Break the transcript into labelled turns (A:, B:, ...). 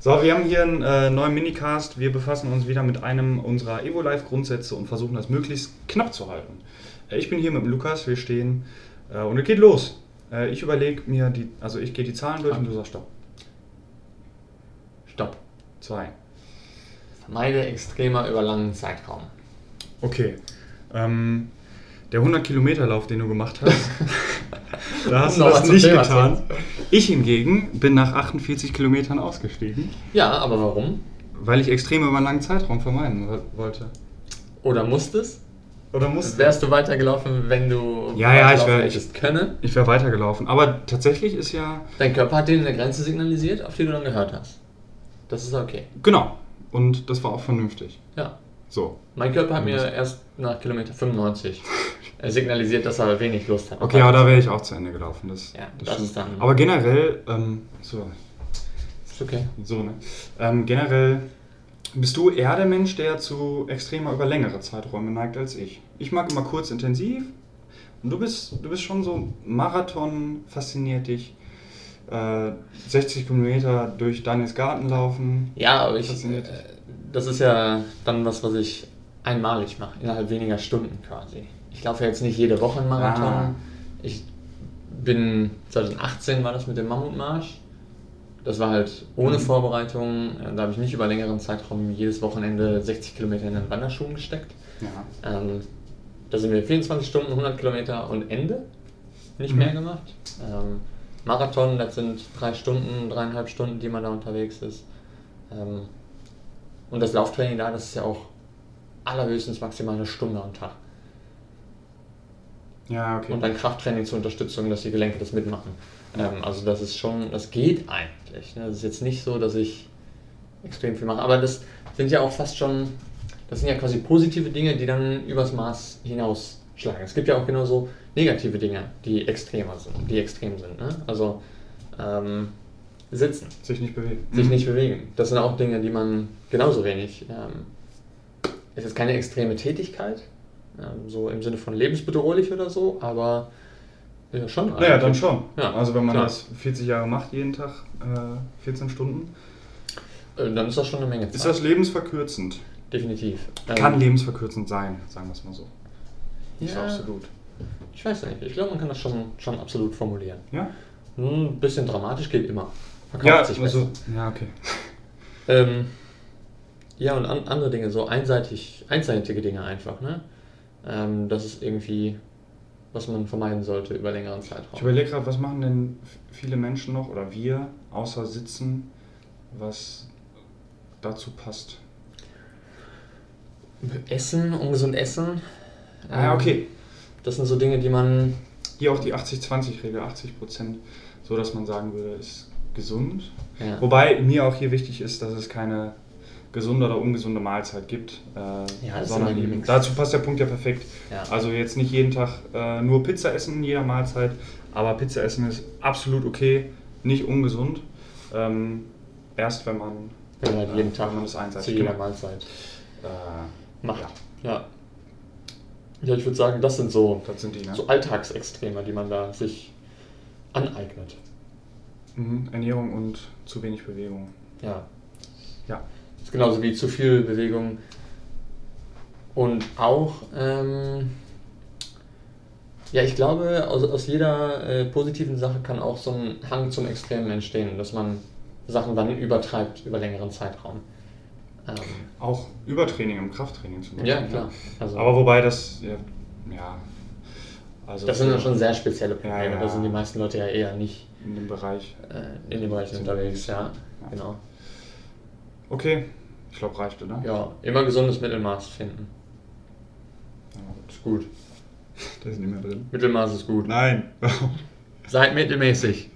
A: So, wir haben hier einen äh, neuen Minicast. Wir befassen uns wieder mit einem unserer Evo-Life-Grundsätze und versuchen das möglichst knapp zu halten. Äh, ich bin hier mit dem Lukas, wir stehen äh, und es geht los. Äh, ich überlege mir, die, also ich gehe die Zahlen
B: Ah,
A: durch und du sagst Stopp.
B: Stopp.
A: Zwei.
B: Vermeide extremer über langen Zeitraum.
A: Okay. Ähm, der 100-Kilometer-Lauf, den du gemacht hast, da hast du
B: Um noch
A: das
B: was zum
A: nicht
B: Thema zu
A: getan. Ich hingegen bin nach 48 Kilometern ausgestiegen,
B: Ja, aber warum?
A: weil ich extrem über einen langen Zeitraum vermeiden wo- wollte.
B: Oder musstest?
A: Oder musste.
B: Wärst du weitergelaufen, wenn du
A: Ja, ja, ich
B: weiterlaufen
A: wär-
B: hättest können?
A: Ich wäre weitergelaufen. Aber tatsächlich ist ja.
B: Dein Körper hat dir eine Grenze signalisiert, auf die du dann gehört hast. Das ist okay.
A: Genau. Und das war auch vernünftig.
B: Ja.
A: So.
B: Mein Körper hat mir
A: Muss-
B: erst nach Kilometer 95 signalisiert, dass er wenig Lust hat.
A: Okay, ja, da wäre ich auch zu Ende gelaufen. Das,
B: Ja,
A: das
B: das
A: stimmt.
B: ist dann-
A: Aber generell, ähm, so,
B: Ist okay.
A: so ne? Ähm, generell bist du eher der Mensch, der zu extremer über längere Zeiträume neigt als ich. Ich mag immer kurz intensiv. Und du bist, du bist schon so Marathon fasziniert dich. Äh, 60 Kilometer durch Daniels Garten laufen.
B: Ja, aber ich. Äh,
A: Fasziniert dich.
B: das ist ja dann was, was ich einmalig mache, innerhalb weniger Stunden quasi. Ich laufe ja jetzt nicht jede Woche einen Marathon.
A: Ah.
B: Ich bin. 2018 war das mit dem Mammutmarsch. Das war halt ohne
A: Mhm.
B: Vorbereitung. Äh, Da habe ich nicht über längeren Zeitraum jedes Wochenende 60 Kilometer in den Wanderschuhen gesteckt.
A: Ja.
B: Ähm, da sind wir 24 Stunden, 100 Kilometer und Ende. Nicht
A: Mhm.
B: mehr gemacht. Ähm, Marathon, das sind drei Stunden, dreieinhalb Stunden, die man da unterwegs ist. Ähm, und das Lauftraining da, das ist ja auch allerhöchstens maximal eine Stunde am Tag.
A: Ja, okay.
B: Und dann Krafttraining zur Unterstützung, dass die Gelenke das mitmachen. Ähm, also das ist schon, das geht eigentlich. Ne? Das ist jetzt nicht so, dass ich extrem viel mache. Aber das sind ja auch fast schon, das sind ja quasi positive Dinge, die dann übers Maß hinausschlagen. Es gibt ja auch genauso negative Dinge, die extremer sind, die extrem sind. Ne? Also ähm, sitzen,
A: Sich nicht bewegen.
B: sich
A: Mhm.
B: nicht bewegen. Das sind auch Dinge, die man genauso wenig. Ähm, ist jetzt keine extreme Tätigkeit, ähm, so im Sinne von lebensbedrohlich oder so, aber ja, schon.
A: Naja,
B: eigentlich.
A: dann schon.
B: Ja,
A: also wenn man
B: klar.
A: das 40 Jahre macht, jeden Tag äh, 14 Stunden,
B: Äh, Dann ist das schon eine Menge Zeit.
A: ist das lebensverkürzend.
B: Definitiv. Ähm,
A: Kann lebensverkürzend sein, sagen wir es mal so. Ist
B: ja,
A: absolut.
B: Ich weiß nicht, ich glaube, man kann das schon, schon absolut formulieren.
A: Ja?
B: Hm, ein bisschen dramatisch geht immer. Verkauft
A: Ja,
B: sich
A: also, ja, okay.
B: besser. Ähm, ja, und an, andere Dinge, so einseitig, einseitige Dinge einfach, ne? Ähm, das ist irgendwie, was man vermeiden sollte über längeren Zeitraum.
A: Ich überlege gerade, was machen denn f- viele Menschen noch oder wir, außer sitzen, was dazu passt.
B: Essen, ungesund essen.
A: Ah, ja,
B: Ähm,
A: okay.
B: Das sind so Dinge, die man.
A: Hier auch die 80-20-Regel, 80 Prozent, so dass man sagen würde, ist gesund.
B: Ja.
A: Wobei mir auch hier wichtig ist, dass es keine gesunde oder ungesunde Mahlzeit gibt, äh,
B: das ist
A: sondern
B: immer ein
A: eben,
B: Mix.
A: dazu passt der Punkt ja perfekt.
B: Ja.
A: Also jetzt nicht jeden Tag äh, nur Pizza essen in jeder Mahlzeit, aber Pizza essen ist absolut okay, nicht ungesund. Ähm, erst wenn man
B: Wenn man halt jeden Tag
A: wenn man das einseitig
B: zu jeder
A: genau.
B: Mahlzeit
A: äh,
B: macht.
A: Ja,
B: Ja. Ja, ich würde sagen, das sind so,
A: das sind die, ne?
B: so Alltagsextreme, die man da sich aneignet.
A: Mhm, Ernährung und zu wenig Bewegung.
B: Ja.
A: Ja.
B: Das ist genauso wie zu viel Bewegung. Und auch, ähm, ja, ich glaube, aus, aus jeder äh, positiven Sache kann auch so ein Hang zum Extremen entstehen, dass man Sachen dann übertreibt über längeren Zeitraum. Ähm,
A: Auch Übertraining im Krafttraining zum Beispiel. ne?
B: ja, klar. Also,
A: Aber wobei das, ja, ja also
B: das sind ja schon sehr spezielle Probleme.
A: Ja, ja.
B: Da sind die meisten Leute ja eher nicht
A: in dem Bereich.
B: äh, in dem Bereich unterwegs. Ja, genau.
A: Okay, ich glaube reicht, oder?
B: Ja, immer gesundes Mittelmaß finden.
A: Ja, gut.
B: Ist gut.
A: Das ist nicht mehr drin.
B: Mittelmaß ist gut.
A: Nein.
B: Seid mittelmäßig.